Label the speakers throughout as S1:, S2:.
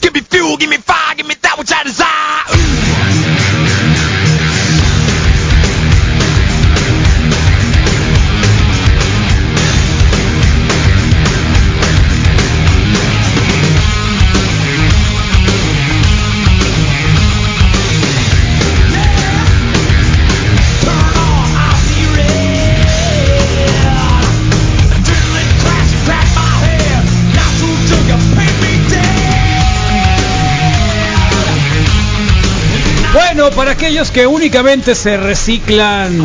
S1: give me fuel, give me fire, give me that which I desire. Ooh.
S2: Bueno, para aquellos que únicamente se reciclan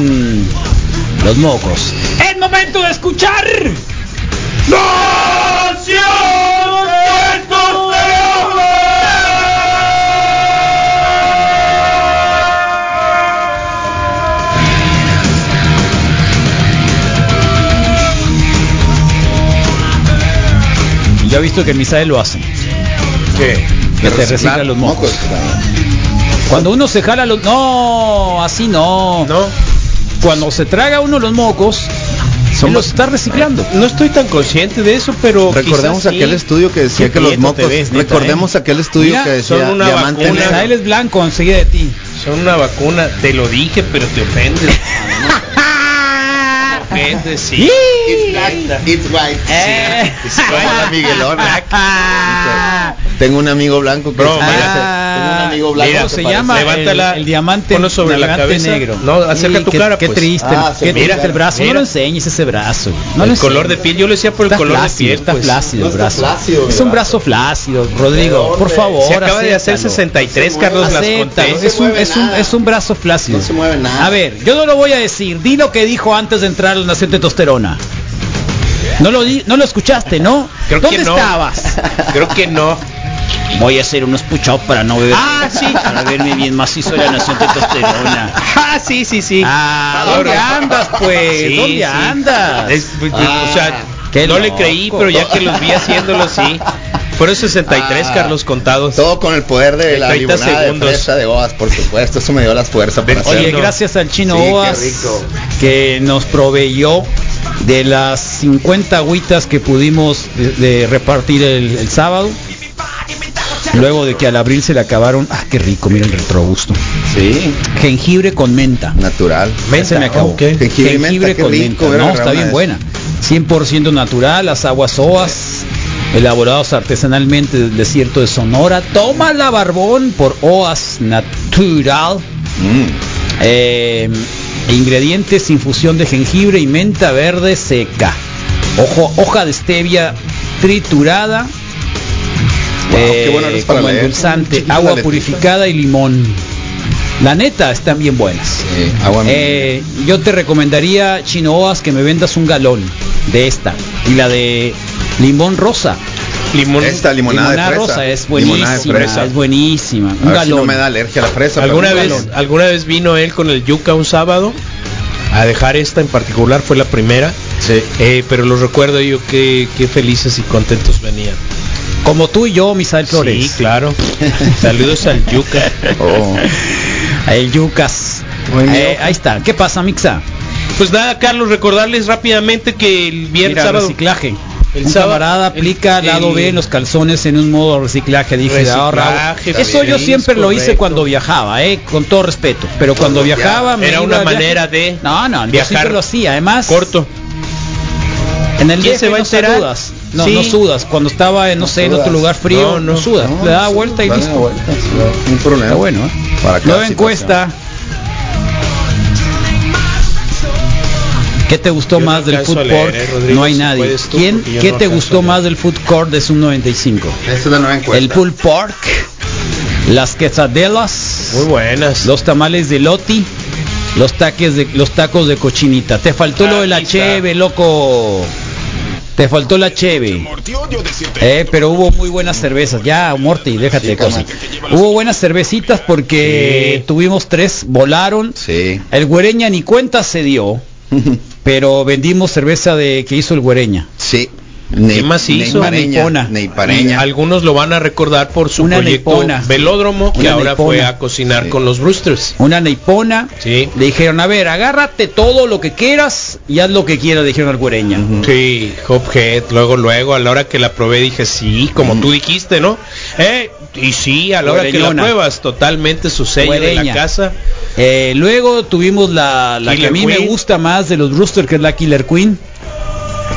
S2: los mocos. Es momento de escuchar. Yo he visto que en Misael lo hacen.
S3: ¿Qué?
S2: Que te reciclan los mocos. Cuando uno se jala los... No, así no.
S3: No,
S2: Cuando se traga uno los mocos,
S3: Son
S2: él los
S3: mo-
S2: está reciclando.
S3: no estoy tan consciente de eso, pero
S4: Recordemos
S3: quizás sí.
S4: aquel estudio que decía
S3: Qué
S4: que los
S3: prieto
S4: mocos.
S3: te ves, neta,
S4: recordemos aquel estudio
S2: Mira,
S4: que
S3: son
S4: decía
S3: una
S4: diamante
S3: vacuna.
S4: negro.
S2: Misael es blanco, enseguida de ti.
S3: Son una vacuna, te lo dije, pero te ofendes. Te ofendes, sí.
S4: It's white.
S2: Eh.
S4: Hola, Miguelona. ¿eh? Tengo un amigo blanco que
S3: Bro,
S4: se parece-
S2: Ah, mira.
S4: Tengo un amigo blanco
S3: Mira,
S4: que
S2: se
S4: parece-
S2: llama
S3: Levántala,
S2: el, el diamante
S3: ponlo sobre la
S2: diamante
S3: cabeza.
S2: negro.
S3: No, acerca tu
S2: qué-
S3: cara,
S2: Qué
S3: pues.
S2: triste.
S4: Ah, se
S2: qué
S4: mira,
S2: triste el brazo.
S3: mira.
S2: No lo enseñes ese brazo. No
S3: el
S2: lo
S3: color de
S2: enseñes.
S3: piel, yo le decía por el
S2: Está
S3: color
S2: flácido,
S3: de piel.
S2: está
S3: pues.
S2: flácido
S4: No
S2: el
S4: está
S2: brazo.
S4: flácido, mi
S2: es un brazo
S4: brazo.
S2: flácido, Rodrigo.
S4: Pero,
S2: Por
S4: hombre,
S2: favor,
S3: Se acaba de hacer
S2: acéptalo.
S3: 63, Carlos, las
S2: Acéptalo,
S3: conté.
S2: Es un,
S4: mueve
S2: es, un,
S4: nada.
S2: es un brazo flácido.
S4: No se mueve nada.
S2: A ver, yo no lo voy a decir. Di lo que dijo antes de entrar al naciente Tosterona. No lo, di- no lo escuchaste, ¿no?
S3: Creo que
S2: ¿Dónde
S3: no.
S2: estabas?
S3: Creo que no.
S2: Voy a hacer unos push para no beber. Ah, sí. Para verme bien macizo de la nación testosterona.
S3: Ah, sí, sí, sí.
S2: Ah, ¿dónde
S3: Ahora.
S2: andas, pues?
S3: Sí,
S2: ¿Dónde
S3: sí.
S2: andas?
S3: Es- pues,
S4: Ah,
S3: o sea,
S2: qué
S3: no le
S2: loco.
S3: creí, pero ya que los vi haciéndolo, sí. Fueron 63,
S4: Ah.
S3: Carlos, contados.
S4: Todo con el poder de la
S3: 30
S4: limonada
S3: segundos.
S4: de fresa de boas, por supuesto. Eso me dio las fuerzas para
S3: Oye,
S2: Oye,
S4: hacerlo.
S2: gracias al chino
S4: Sí, qué
S2: Boas
S4: rico.
S2: que nos proveyó de las 50 agüitas que pudimos de, de repartir el, el sábado. Luego de que al abril se le acabaron. Ah, qué rico, mira el retrogusto.
S4: Sí.
S2: Jengibre con menta.
S4: Natural.
S2: Menta, se me acabó.
S4: ok. Jengibre y menta, qué
S2: con
S4: rico,
S2: menta.
S4: era
S2: No,
S4: agarrar
S2: está
S4: una
S2: bien
S4: de
S2: buena. 100% natural, las aguas soas, elaborados artesanalmente del desierto de Sonora. Toma la barbón por Oas Natural.
S4: Mm.
S2: Eh, ingredientes, infusión de jengibre y menta verde seca. Ojo, hoja de stevia triturada. Eh,
S4: Wow, qué bueno eres para
S2: como
S4: leer.
S2: endulzante,
S4: Chiquita
S2: agua
S4: letrita.
S2: purificada y limón. La neta, están bien buenas.
S4: Sí, agua
S2: Eh, yo te recomendaría, Chinoas, que me vendas un galón de esta y la de limón rosa.
S3: Limón.
S4: Esta limonada,
S2: Limonada
S4: de fresa.
S2: rosa es
S4: Limonada de
S2: buenísima,
S4: fresa.
S2: es buenísima.
S4: A
S2: Un
S4: ver si
S2: galón.
S4: no me da alergia a la fresa. pero
S3: ¿Alguna
S4: un
S3: vez,
S4: galón.
S3: alguna vez vino él con el yuca un sábado a dejar esta en particular, fue la primera.
S4: Sí.
S3: Eh, pero los recuerdo yo que, que felices y contentos venían.
S2: Como tú y yo, Misael Flores.
S3: Sí, claro. Saludos al yuca.
S4: Oh.
S2: El Yucas.
S4: Muy bien.
S2: Eh, ahí está. ¿Qué pasa, Mixa?
S3: Pues nada, Carlos, recordarles rápidamente que el viernes
S2: Mira,
S3: sábado
S2: reciclaje.
S3: El
S2: un
S3: sábado-
S2: camarada aplica
S3: el-
S2: lado B en los calzones en un modo reciclaje. Dije,
S3: Reciclaje,
S2: ahorra.
S3: está
S2: Eso
S3: bien.
S2: yo siempre lo hice
S3: Correcto.
S2: cuando viajaba, eh, con todo respeto. Pero cuando
S4: Cuando
S2: viajaba me
S3: era
S2: iba
S3: una
S2: de viaje.
S3: manera de
S2: No, no, yo
S3: viajar
S2: siempre lo hacía. Además,
S3: corto.
S2: En el
S3: ¿Quién
S2: día
S3: se
S2: se
S3: va a
S2: no
S3: enterar?
S2: sudas. No,
S3: Sí.
S2: no sudas. Cuando estaba, en, no, sé, en
S4: sudas.
S2: otro lugar
S3: No,
S2: frío, no,
S3: no.
S2: sudas. Le da vuelta y
S4: Dale
S2: listo.
S4: la vuelta, sí, no, Un problema.
S2: Está bueno, ¿eh?
S4: Para cada
S2: Nueva
S4: situación.
S2: encuesta. ¿Qué te gustó
S3: Yo no
S2: más del
S3: alcanzo
S2: food
S3: a
S2: court?
S3: leer, eh, Rodrigo,
S2: no hay
S3: si
S2: nadie.
S3: puedes tú,
S2: ¿Quién,
S3: porque yo
S2: ¿Qué
S3: no
S2: te
S3: alcanzo a
S2: gusté
S3: leer.
S2: más del food court de Sub 95?
S4: Esa es la nueva encuesta.
S2: El pulled pork, las quesadelas,
S3: Muy buenas.
S2: los tamales de loti, los taques de los tacos de cochinita. Te faltó lo de la
S3: Aquí está.
S2: cheve, loco. Te faltó la cheve.
S1: Mordió, yo decirte.
S2: Eh, pero hubo muy buenas cervezas. Ya, Morty, déjate de cosas. Hubo buenas cervecitas porque
S3: Sí.
S2: tuvimos tres, volaron.
S4: Sí.
S2: El Güereña ni cuenta se dio, pero vendimos cerveza de que hizo el Güereña.
S4: sí. Ney-
S3: ¿Qué más hizo?
S4: Neypareña,
S2: Nipona.
S4: Neypareña.
S3: Algunos lo van a recordar por su
S2: Una
S3: proyecto
S2: nipona.
S3: Velódromo, que
S2: Una
S3: ahora fue
S2: nipona.
S3: a cocinar
S4: Sí.
S3: con los Brewsters.
S2: Una neipona.
S3: Sí.
S2: Le dijeron, a ver, agárrate todo lo que quieras y haz lo que quieras, le dijeron al cureña.
S3: Sí, Hophead, luego, luego, a la hora que la probé dije sí,
S2: Mm.
S3: como tú dijiste, ¿no? Eh, y sí, a la hora que la
S2: Güereñona.
S3: pruebas, totalmente su sello de la
S2: Güereña.
S3: casa.
S2: Eh, luego tuvimos la, la que
S3: Killer
S2: a mí me
S3: Queen.
S2: gusta más de los Rooster, que es la Killer Queen.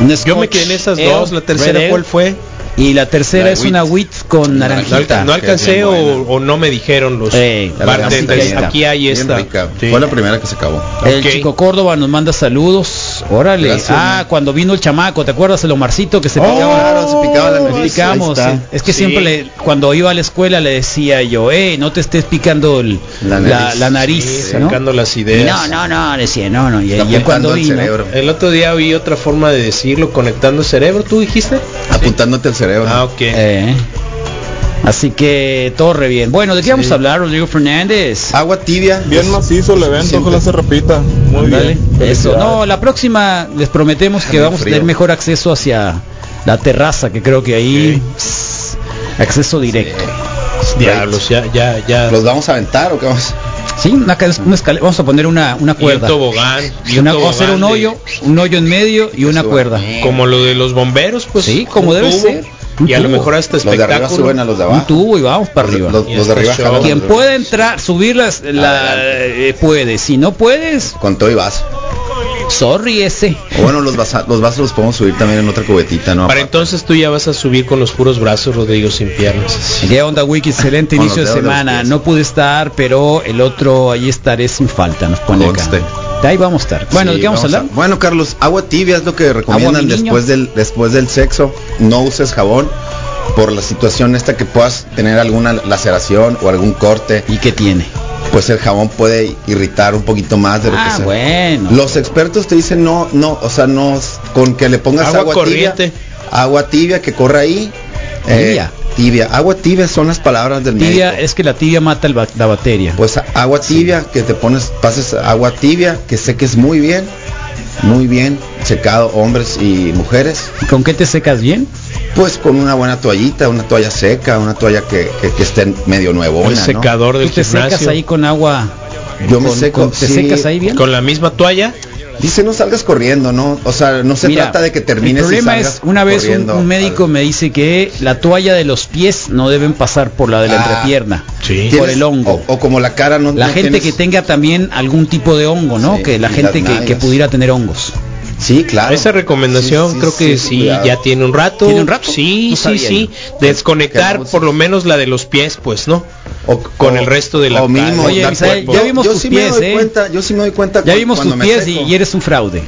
S2: Un
S3: Yo me
S2: Scotch
S3: quedé en esas
S2: Ale,
S3: dos, la tercera
S2: Red Ale.
S3: cuál fue.
S2: Y la tercera
S4: La
S2: es
S4: Wheat.
S2: una wheat con
S3: No,
S4: La
S2: naranjita.
S3: alca- no
S4: que es bien
S3: alcancé o,
S4: buena.
S3: o no me dijeron los
S2: Eh, la
S3: bartenders.
S2: verdad, sí,
S3: Aquí hay
S4: Bien
S3: esta.
S4: rica.
S3: Sí. Oh,
S4: Fue la primera que se acabó.
S2: El
S3: Ok.
S2: chico Córdoba nos manda saludos. Órale.
S4: Gracias,
S2: ah,
S4: man.
S2: cuando vino el chamaco, ¿te acuerdas el Omarcito que se
S4: Oh,
S2: picaba?
S4: claro, se picaba la nariz.
S2: Picamos,
S4: Ahí
S2: eh.
S4: está.
S2: es que
S3: Sí.
S2: siempre le- cuando iba a la escuela le decía yo, eh, no te estés picando el- la
S4: La
S2: nariz, la,
S4: nariz.
S2: nariz
S3: Sí,
S2: ¿no?
S3: sacando las
S2: Y
S3: ideas.
S2: no, no, no, decía, no, no, y
S4: Está
S2: y ya cuando
S4: apuntando al
S2: vino,
S4: cerebro.
S3: El otro día vi otra forma de decirlo, conectando cerebro, ¿tú dijiste?
S4: Apuntándote al cerebro.
S3: Ah, ok.
S2: eh, así que todo re bien. Bueno, ¿de qué vamos
S3: Sí.
S2: a hablar, Rodrigo Fernández?
S4: Agua tibia.
S5: Bien macizo el evento,
S4: Siempre.
S5: ojalá se repita. Muy
S2: Ándale.
S5: bien.
S2: Eso,
S5: Felicidades.
S2: no, la próxima les prometemos que
S4: muy
S2: vamos a
S4: frío.
S2: tener mejor acceso hacia la terraza, que creo que ahí s- acceso directo.
S3: Diablos, ya, ya, ya.
S4: ¿Los vamos a aventar o qué vamos?
S2: Sí, una, ca- una escalera, vamos a poner una, una
S3: y un
S2: cuerda.
S3: tobogán. y
S2: Y una, vamos a hacer un
S3: tobogán de-
S2: hoyo, un hoyo en medio y una
S4: suba.
S2: cuerda.
S3: Como lo de los bomberos, pues.
S2: Sí, como
S3: un
S2: debe
S3: tubo,
S2: ser. Un
S3: Y a lo
S2: tubo.
S3: mejor hasta
S4: Los de arriba
S3: este espectáculo.
S4: suben a los de
S2: Un
S4: abajo.
S2: tubo y vamos para
S4: Los de-
S2: arriba.
S4: Los, los de arriba
S3: Este
S4: jalan a
S3: show.
S4: los
S2: Quien
S4: de-
S2: pueda entrar, subir las, la
S4: Adelante.
S2: eh, puede. Si no puedes,
S4: Con todo y vaso.
S2: sorry ese.
S4: O bueno, los, vasa- los vasos los podemos subir también en otra cubetita, ¿no?
S3: Para entonces tú ya vas a subir con los puros brazos, Rodrigo, sin piernas.
S2: ¿Qué onda, Wiki? Excelente
S4: Con
S2: inicio de
S4: los dedos de los
S2: semana.
S4: pies.
S2: No pude estar, pero el otro ahí estaré sin falta. Nos pone acá.
S4: Conste.
S2: De ahí vamos a estar. Bueno, ¿de
S4: Sí,
S2: qué vamos,
S4: vamos
S2: a hablar?
S4: Bueno, Carlos, agua tibia es lo que
S2: Agua,
S4: recomiendan
S2: mi niño.
S4: después del, después del sexo. No uses jabón por la situación esta que puedas tener alguna laceración o algún corte.
S2: ¿Y qué tiene?
S4: Pues el jabón puede irritar un poquito más de lo que
S2: Ah,
S4: sea.
S2: bueno.
S4: Los expertos te dicen no, no, o sea, no, con que le pongas
S3: Agua
S4: agua,
S3: corriente.
S4: tibia, agua tibia que corra ahí, eh,
S2: Tibia.
S4: tibia, agua tibia son las palabras del
S2: Tibia,
S4: médico.
S2: es que la tibia mata el ba- la bacteria.
S4: Pues a- agua tibia que te pones, pases agua tibia que seques muy bien, muy bien, secado hombres y mujeres,
S2: ¿Y ¿Con qué te secas bien?
S4: pues con una buena toallita, una toalla seca, una toalla que, que, que esté medio nuevona,
S3: El
S4: ¿no?
S3: secador
S2: Tú
S3: del
S2: te secas
S3: gimnasio.
S2: ahí con agua.
S4: Yo me
S2: con-
S4: seco,
S2: con- ¿Te
S4: sí.
S2: secas ahí bien?
S3: Con la misma toalla.
S4: Dice no salgas corriendo, ¿no? O sea, no se
S2: Mira,
S4: trata de que termines
S2: El problema
S4: y salgas
S2: es, una vez un,
S4: corriendo
S2: un médico
S4: al-
S2: me dice que la toalla de los pies no deben pasar por la de la
S4: Ah,
S2: entrepierna,
S3: sí.
S2: por
S4: Tienes-
S2: el hongo.
S4: O, o como la cara no
S2: la
S4: no
S2: gente
S4: tienes-
S2: que tenga también algún tipo de hongo, ¿no?
S4: Sí,
S2: que la
S4: y
S2: gente
S4: las
S2: que, que
S4: nalgas.
S2: pudiera tener hongos.
S4: Sí, claro.
S3: Esa recomendación
S4: Sí, sí,
S3: creo que sí,
S4: cuidado.
S3: ya tiene un rato.
S2: ¿Tiene un rato?
S3: Sí,
S2: No
S3: sí,
S2: sabía
S3: sí.
S4: Que
S3: Desconectar
S4: no uses.
S3: por lo menos la de los pies, pues, ¿no?
S4: O-
S3: con
S4: o-
S3: el resto de la
S4: o mínimo
S2: Oye,
S4: dar
S2: Misael,
S4: cuerpo.
S2: ya vimos
S4: yo
S2: tus
S4: sí
S2: pies,
S4: me doy
S2: ¿eh?
S4: cuenta, yo sí me doy cuenta
S2: Ya
S4: cu-
S2: vimos
S4: cuando
S2: tus
S4: me
S2: pies y,
S4: seco.
S2: y eres un fraude.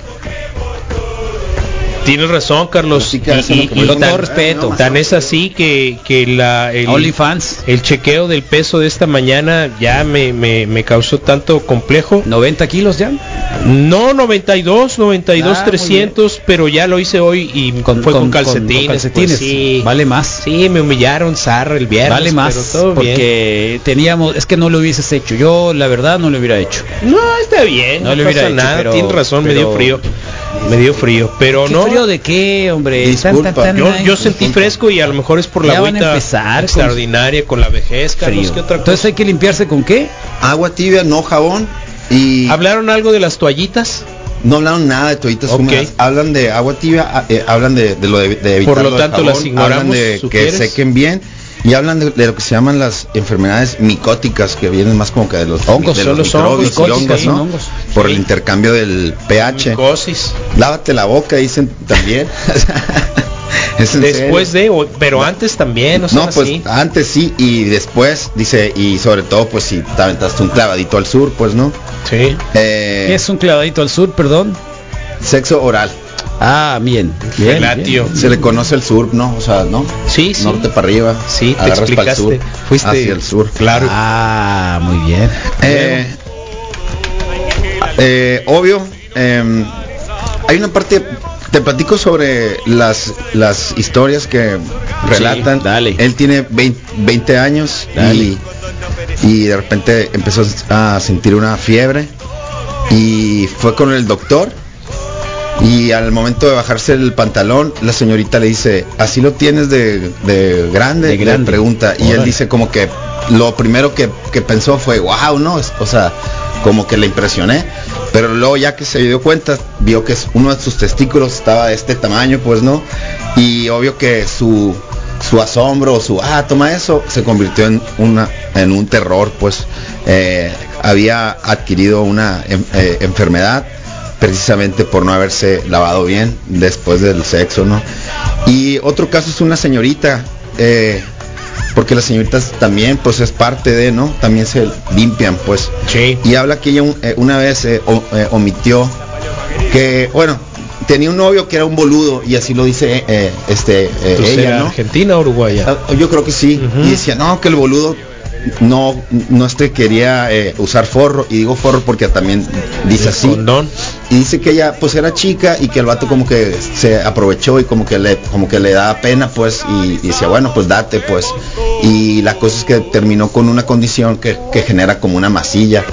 S3: Tienes razón, Carlos.
S4: Sí, que hacen lo que
S2: y
S4: me
S2: con todo
S4: pongan.
S2: respeto.
S4: Ah, no,
S3: Tan es así que, que la, el,
S2: OnlyFans,
S3: el chequeo del peso de esta mañana ya me, me, me causó tanto complejo.
S2: 90 kilos ya.
S3: No, 92, 92,
S2: Ah, muy
S3: 300, pero ya lo hice hoy y fue con, calcetines.
S2: con calcetines.
S3: pues, sí.
S2: Vale más.
S3: Sí, me humillaron Sarra el viernes.
S2: Vale más
S3: pero todo bien.
S2: porque teníamos, es que no lo hubieses hecho. Yo la verdad no lo hubiera hecho.
S3: No, está bien,
S2: No
S3: no,
S2: le hubiera
S3: pasa
S2: hecho,
S3: nada,
S2: pero-
S3: tienes razón, me dio
S2: pero-
S3: frío. Me dio frío, pero
S2: ¿Qué
S3: no.
S2: frío de qué, hombre?
S4: Disculpa,
S3: Yo,
S2: ay,
S3: yo sentí fresco y a lo mejor es por la
S2: Ya van a
S3: agüita
S2: empezar con-
S3: extraordinaria con la vejez, Carlos,
S2: frío.
S3: ¿qué otra
S2: Entonces
S3: cosa?
S2: hay que limpiarse con qué?
S4: Agua tibia, no jabón y
S3: ¿Hablaron algo de las toallitas?
S4: no hablaron nada de toallitas
S3: Ok.
S4: húmedas. Hablan de agua tibia, ah, eh, hablan de, de lo de, de evitar
S3: Por lo
S4: del
S3: tanto,
S4: jabón,
S3: las ignoramos,
S4: hablan de que
S3: ¿sugieres?
S4: sequen bien y hablan de, de lo que se llaman las enfermedades micóticas que vienen más como que de los
S2: Hongos,
S4: de
S2: son los hongos,
S4: microbios y
S2: micóticas,
S4: hongos,
S2: sí,
S4: ¿no?
S2: hongos.
S4: Por
S3: Sí.
S4: el intercambio del pH.
S3: Micosis.
S4: Lávate la boca, dicen también. Es en
S3: Después
S4: serio.
S3: de, o- pero antes también, no,
S4: No,
S3: sean
S4: pues
S3: así.
S4: antes sí y después, dice, y sobre todo, pues si te aventaste un clavadito al sur, pues no.
S3: Sí.
S4: Eh,
S2: ¿Qué es un clavadito al sur, perdón?
S4: Sexo oral.
S2: Ah, bien. bien,
S3: Felatio.
S2: bien.
S4: Se le conoce el sur, ¿no? O sea, ¿no?
S3: Sí, sí.
S4: Norte para arriba.
S3: Sí, te
S4: agarras para el
S3: explicaste.
S4: sur,
S3: Fuiste
S4: hacia el sur.
S3: Claro.
S2: Ah, muy bien.
S4: Eh, eh, obvio, eh, hay una parte, te platico sobre las, las historias que relatan.
S2: dale.
S4: Él tiene 20, 20 años
S2: Dale.
S4: y, y de repente empezó a sentir una fiebre y fue con el doctor Y al momento de bajarse el pantalón, la señorita le dice, ¿así lo tienes de, de grande?
S2: De grande.
S4: Le pregunta. Y él
S2: Órale.
S4: dice como que lo primero que, que pensó fue, wow, ¿no? Es- O sea, como que le impresioné. Pero luego ya que se dio cuenta, vio que uno de sus testículos estaba de este tamaño, pues no. Y obvio que su, su asombro, su, ah, toma eso, se convirtió en, una, en un terror, pues eh, había adquirido una em- eh, enfermedad precisamente por no haberse lavado bien después del sexo, ¿no? Y otro caso es una señorita, eh, porque las señoritas también, pues es parte de, ¿no? También se limpian, pues.
S3: Sí.
S4: Y habla que ella un- eh, una vez eh, o- eh, omitió que, bueno, tenía un novio que era un boludo y así lo dice eh, este eh,
S3: Entonces
S4: ella,
S3: era
S4: ¿no?
S3: Argentina o Uruguaya.
S4: Ah, Yo creo que sí.
S3: Ujú.
S4: Y decía, no, que el boludo no, no este quería eh, usar forro. Y digo forro porque también dice así.
S3: Condón.
S4: Y dice que ella pues era chica y que el vato como que se aprovechó y como que le como que le daba pena pues y, y decía bueno pues date pues y la cosa es que terminó con una condición que, que genera como una masilla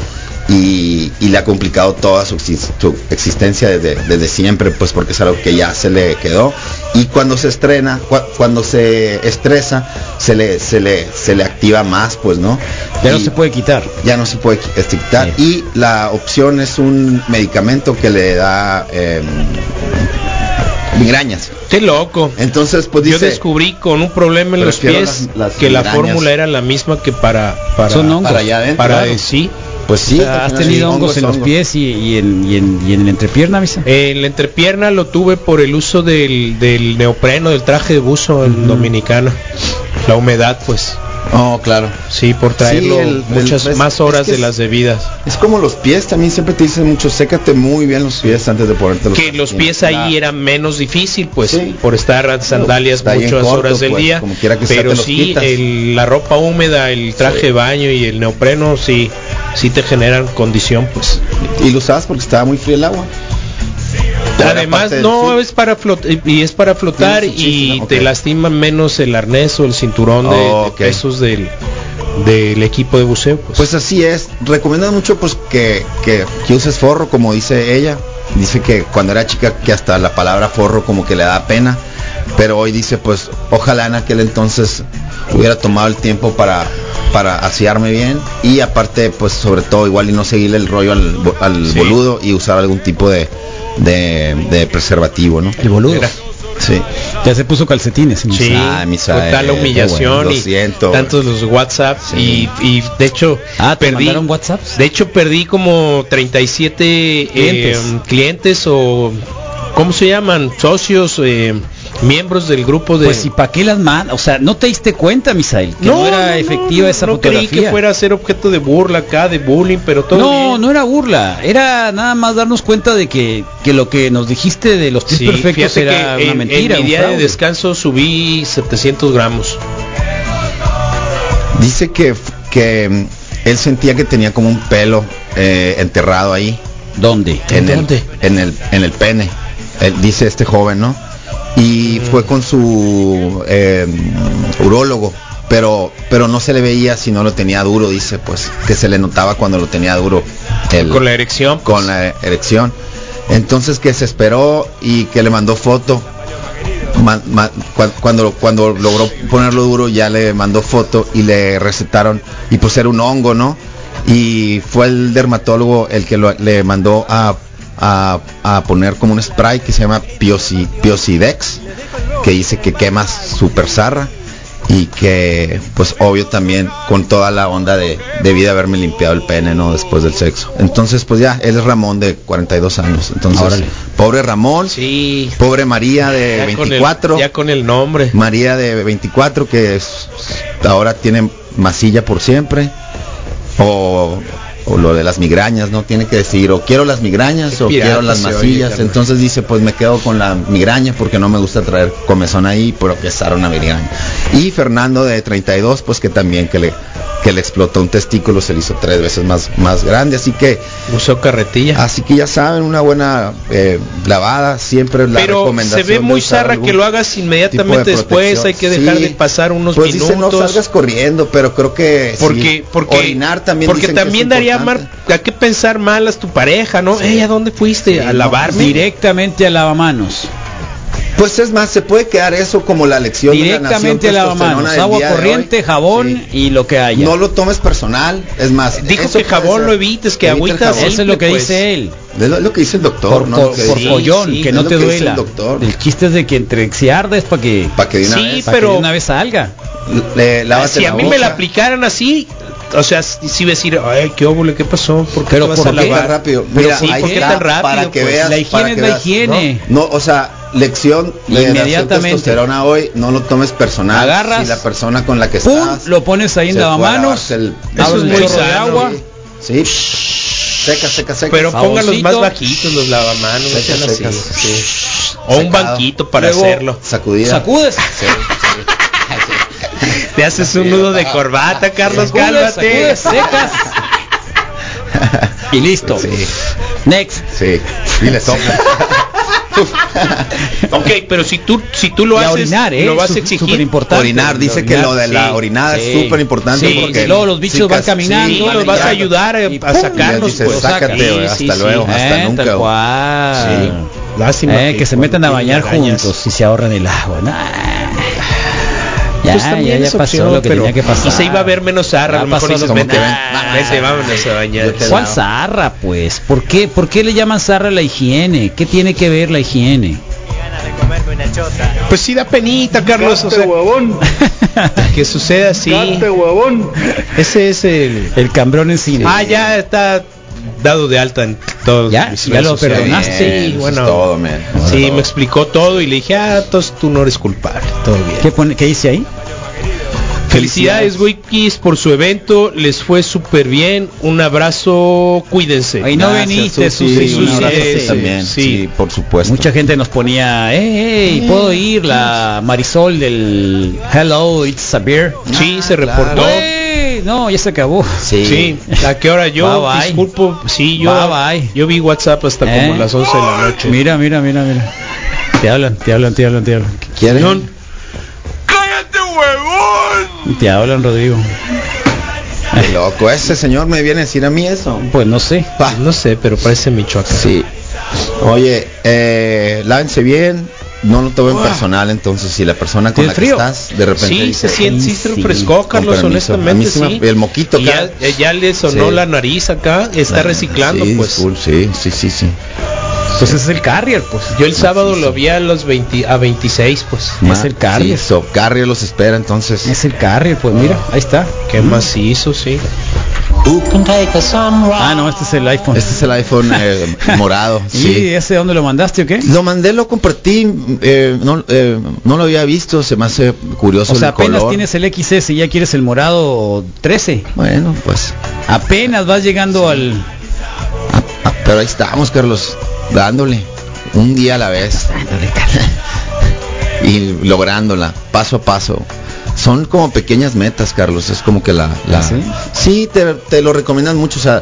S4: y, y le ha complicado toda su, exis- su existencia desde, desde siempre pues porque es algo que ya se le quedó y cuando se estrena cua- cuando se estresa se le se le se le activa más pues no
S2: Ya no
S4: Y-
S2: se puede quitar.
S4: ya no se puede extrictar y la opción es un medicamento que le da eh, migrañas
S3: Qué loco.
S4: entonces pues
S3: Yo
S4: dice
S3: descubrí con un problema en los
S4: prefiero
S3: pies
S4: las- las
S3: que la
S4: migrañas.
S3: fórmula era la misma que para para
S2: Son hongos.
S4: para allá adentro
S3: para
S4: claro.
S3: eh, sí.
S4: pues sí
S2: O sea, has
S4: sí,
S2: tenido
S4: hongo
S2: hongos,
S4: es
S2: en los
S4: hongo.
S2: pies y, y en, y en- y en la entrepierna, misa.
S3: En Eh, la entrepierna lo tuve por el uso del, del neopreno, del traje de buzo en
S2: Ujú.
S3: dominicano. La humedad, pues.
S4: oh claro
S3: Sí, por traerlo
S4: Sí, el-
S3: muchas
S4: el- es-
S3: más horas
S4: es que
S3: de las debidas.
S4: es como los pies también siempre te dicen mucho sécate muy bien los pies antes de ponerte los
S3: Que los pies ahí era menos difícil, pues,
S4: Sí.
S3: por estar en sandalias
S4: Está ahí en
S3: muchas
S4: corto,
S3: horas del
S4: pues,
S3: día.
S4: como quiera que sea,
S3: pero
S4: te los
S3: sí,
S4: quitas.
S3: el- la ropa húmeda, el traje de baño y el neopreno, sí, sí te generan condición, pues.
S4: y lo usabas porque estaba muy frío el agua Era
S3: Además,
S4: parte del
S3: no
S4: sur.
S3: es para flotar y es para flotar
S4: Tiene su
S3: y
S4: chiste, ¿no?
S3: te
S4: Ok.
S3: lastiman menos el arnés o el cinturón de,
S4: Oh,
S3: de
S4: ok.
S3: pesos del del equipo de buceo, pues.
S4: Pues así es, recomiendan mucho pues que, que, que uses forro, como dice ella. Dice que cuando era chica que hasta la palabra forro como que le da pena, pero hoy dice pues ojalá en aquel entonces hubiera tomado el tiempo para para asearme bien y aparte pues sobre todo igual y no seguirle el rollo al, bo- al
S3: Sí.
S4: boludo y usar algún tipo de, de, de preservativo, ¿no?
S2: El boludo.
S3: Era-
S4: Sí.
S2: Ya se puso calcetines. misa.
S3: Sí,
S4: Ah, misa,
S3: fue tal
S4: eh,
S3: humillación
S4: bueno, lo
S3: y
S4: siento.
S3: tantos los WhatsApp
S4: Sí.
S3: y, y de hecho
S2: Ah, ¿te mandaron WhatsApps?
S3: De hecho perdí como 37 eh,
S2: Clientes.
S3: clientes o ¿cómo se llaman? socios eh, miembros del grupo de
S2: Pues y para qué las mandas, o sea, no te diste cuenta, Misael, que no, era efectiva
S3: no,
S2: esa
S3: no
S2: fotografía.
S3: creí que fuera a ser objeto de burla acá, de bullying, pero todo
S2: no,
S3: bien.
S2: no era burla, era nada más darnos cuenta de que, que lo que nos dijiste de los pies
S3: Sí,
S2: perfectos
S3: fíjate
S2: era
S3: que
S2: una
S3: en-
S2: mentira.
S3: En
S2: un
S3: mi día de
S2: fraude.
S3: descanso subí 700 gramos.
S4: Dice que, que mm, él sentía que tenía como un pelo eh, enterrado ahí.
S2: ¿Dónde?
S4: en
S3: dónde?
S4: El, en, el, en el pene, Él- dice este joven, ¿no? Y
S3: Mm.
S4: fue con su eh, urólogo, pero, pero no se le veía si no lo tenía duro, dice, pues, que se le notaba cuando lo tenía duro. el-
S3: Con la erección. pues,
S4: con la erección. Entonces que se esperó y que le mandó foto. Ma- ma- cua- cuando, cuando logró ponerlo duro ya le mandó foto y le recetaron y pues era un hongo, ¿no? Y fue el dermatólogo el que lo- le mandó a, a- a poner como un spray que se llama Piosi- Piosidex, que dice que quema super zarra y que pues obvio también con toda la onda de debí de haberme limpiado el pene no después del sexo entonces pues ya él es Ramón de 42 años entonces
S2: Órale.
S4: pobre Ramón
S3: Ah, Sí.
S4: pobre María de
S3: Ya con el-
S4: 24
S3: ya con el nombre.
S4: María de 24 que es- ahora tiene masilla por siempre o, o lo de las migrañas no tiene que decir o quiero las migrañas
S3: Qué
S4: o
S3: pirata
S4: quiero las
S3: se oye,
S4: masillas
S3: carnal.
S4: entonces dice pues me quedo con la migraña porque no me gusta traer comezón ahí pero que es una migraña y Fernando de 32 pues que también que le que le explotó un testículo, se le hizo tres veces más, más grande. Así que,
S3: Usó carretilla.
S4: así que ya saben, una buena eh, lavada, siempre es la
S3: Pero se
S4: recomendación.
S3: ve
S4: de
S3: muy
S4: usar
S3: zarra
S4: algún
S3: que lo hagas
S4: tipo de
S3: inmediatamente después,
S4: protección.
S3: hay que dejar
S4: Sí,
S3: de pasar unos
S4: pues
S3: minutos.
S4: Dicen, no salgas corriendo, pero creo que sí.
S3: porque porque
S4: orinar también
S3: porque
S4: dicen que es
S3: también daría
S4: importante.
S3: mar- a qué pensar mal a tu pareja, ¿no? Ey, ¿a dónde fuiste?
S4: Sí,
S3: a
S4: no,
S3: lavarme.
S2: Directamente a lavamanos.
S4: Pues es más, se puede quedar eso como la lección
S2: Directamente a
S4: de la nación testosterona
S2: lavamanos.
S4: del
S2: Agua
S4: día de hoy.
S2: corriente, jabón
S4: Sí.
S2: y lo que haya.
S4: No lo tomes personal, es más.
S3: Dijo
S4: eso
S3: que
S4: puede
S3: jabón
S4: ser.
S3: lo evites, que
S4: Evita el
S3: agüitas,
S4: jabón.
S2: Eso es lo que
S3: pues.
S2: dice él.
S4: Es lo, lo que dice el doctor,
S2: Por,
S4: ¿no?
S2: por,
S4: Que
S2: por
S4: dice-
S2: follón,
S4: sí,
S2: que
S4: es
S2: no
S4: lo
S2: te
S4: dice
S2: duela.
S4: El doctor.
S2: El chiste es de que entre si ardes para que,
S4: Para que de una
S3: Sí,
S4: vez,
S2: pa' que
S3: pero-
S2: de una vez salga.
S4: le- lávate
S3: si a
S4: la
S3: mí me la
S4: boca.
S3: aplicaran así, o sea, si si decir, ay, qué óvole, qué pasó, ¿por qué
S2: Pero
S3: te vas
S2: ¿por
S3: a
S2: qué
S4: Qué
S3: lavar?
S4: tan rápido.
S2: Pero
S4: Mira,
S2: sí,
S4: ahí
S2: ¿por qué
S4: está,
S2: tan rápido,
S4: Para que
S2: pues?
S4: veas.
S2: La higiene
S4: para
S2: es
S4: que
S2: la
S4: veas,
S2: higiene.
S4: ¿no? No, o sea, lección de
S2: Inmediatamente.
S4: Inmediatamente. testosterona hoy, no lo tomes personal.
S2: Agarras,
S4: Si la persona con la que
S2: Pum,
S4: estás.
S2: lo pones ahí en
S4: se fue a
S2: lavamanos.
S4: lavarse el-
S2: abres
S3: Eso es
S2: un
S3: muy
S2: chorro de
S3: sano,
S2: agua.
S3: güey.
S4: Sí. Seca, seca, seca. Ah,
S3: Pero póngalos
S2: Jaboncito.
S3: más bajitos los lavamanos, no
S4: Seca,
S3: sean así.
S4: seca,
S3: O un
S4: Secado.
S3: banquito para
S2: Luego-
S3: hacerlo.
S4: Sacudida.
S2: Sacudes.
S3: Te haces un nudo de corbata, Carlos,
S2: sacudes,
S3: cálmate.
S2: sacudes, secas. y listo.
S4: Sí,
S2: Next.
S4: sí. Y le sopla.
S3: Ok, pero si tú si tú lo
S2: Y a
S3: haces,
S2: orinar, ¿eh?
S3: lo vas a
S2: Su-
S3: exigir.
S2: superimportante.
S4: Orinar, dice que lo de la
S3: sí,
S4: orinada es súper importante.
S2: Sí,
S4: porque
S2: y luego los bichos
S4: sí,
S2: van
S4: casi-
S2: caminando,
S4: sí,
S3: los
S4: van
S3: vas a
S4: caminando.
S3: ayudar eh, a- pues.
S2: Y
S3: a
S2: ¡pum!
S3: sacarlos,
S2: Y
S4: Dice,
S2: los sacas.
S4: "Sácate, güey, hasta luego, hasta
S2: Eh,
S4: nunca,
S2: tal
S4: güey".
S2: cual.
S3: Lástima
S2: Eh, que se metan a bañar
S3: arañas.
S2: juntos y se ahorran el agua. Nah. Ya,
S3: Pues también
S2: ya, ya
S3: es
S2: pasó
S3: opción,
S2: lo que
S3: pero-
S2: tenía que pasar.
S3: Y se iba a ver menos zarra,
S2: Ya
S3: a lo mejor
S2: pasó
S3: dices,
S2: lo que
S3: vete,
S2: tenía.
S3: vete, vámonos a bañar.
S4: Yo te-
S2: ¿Cuál zarra, pues? ¿Por qué, ¿Por qué le llaman zarra a la higiene? ¿Qué tiene que ver la higiene?
S3: Pues sí da penita, Carlos, o sea,
S5: huevón,
S3: que suceda así.
S5: huevón.
S3: Ese es el
S2: El cambrón encima.
S3: Ah, ya está dado de alta en todos
S2: Ya,
S3: mis
S2: ya
S3: redes
S2: lo
S3: sociales.
S2: perdonaste.
S3: Sí,
S4: Eso es
S3: bueno.
S4: todo, man.
S3: Sí,
S4: Todo.
S3: me explicó todo y le dije, ah, entonces tú no eres culpable, todo bien.
S2: ¿Qué, pone, ¿Qué dice ahí?
S3: Felicidades, Wikis, por su evento, les fue súper bien, un abrazo, cuídense.
S2: Ay, no
S4: Gracias,
S2: veniste, Susi.
S4: Susi, un
S2: un
S3: Susi,
S2: abrazo.
S4: abrazo
S3: sí,
S4: también.
S3: sí.
S4: Sí, por supuesto.
S2: Mucha gente nos ponía, hey, puedo ir, la Marisol del Hello, it's a beer.
S3: Sí, se
S4: claro.
S3: reportó.
S2: Güey, No, ya se acabó.
S4: Sí.
S3: Sí, ¿a qué hora yo?
S2: Bye, bye.
S3: Disculpo, sí, yo,
S2: Bye, bye.
S3: yo vi WhatsApp hasta
S2: ¿Eh?
S3: como las 11 de la noche.
S2: Mira, mira, mira, mira. Te hablan, te hablan, te hablan, te hablan.
S4: ¿Quieren?
S1: ¡Cállate, huevón!
S2: Te hablan, Rodrigo.
S4: Qué loco. Ese señor me viene a decir a mí eso.
S2: Pues no sé.
S4: Pa.
S3: No sé, pero parece Michoacán.
S4: Sí. Oye, eh, lávense bien. No lo tomen personal, entonces si la persona con
S2: ¿Tiene
S4: la que
S2: frío?
S4: estás de repente
S3: Sí,
S4: dice,
S3: se siente, sí se
S2: sí,
S3: refrescó,
S4: con
S3: Carlos,
S4: permiso.
S3: honestamente.
S4: A mí sí me-
S3: sí.
S4: el moquito
S3: Y
S4: acá.
S3: Ya, ya le sonó
S4: Sí.
S3: la nariz acá, está
S4: "Ah,
S3: reciclando,
S4: sí,
S3: pues.
S4: cool, sí, sí, sí, sí.
S2: Pues es el carrier, pues.
S3: Yo el sábado lo vi a los 20, a 26, pues.
S2: Es el Carrier.
S4: Sí, so, Carrier los espera entonces.
S2: Es el carrier, pues mira, ahí está.
S3: Qué macizo, sí.
S2: Ah, no, este es el iPhone.
S4: Este es el iPhone eh, morado.
S2: ¿Y
S4: Sí.
S2: ese dónde lo mandaste o qué?
S4: Lo mandé, lo compartí, eh, no, eh, no lo había visto, se me hace curioso
S2: O sea,
S4: el
S2: apenas
S4: color.
S2: tienes el XS y ya quieres el morado 13.
S4: Bueno, pues,
S2: Apenas vas llegando al...
S4: ah, pero ahí estamos, Carlos, dándole un día a la vez. y lográndola, paso a paso. Son como pequeñas metas, Carlos, es como que la... la-
S2: ¿Ah, sí?
S4: Sí, te, te lo recomiendan mucho, o sea,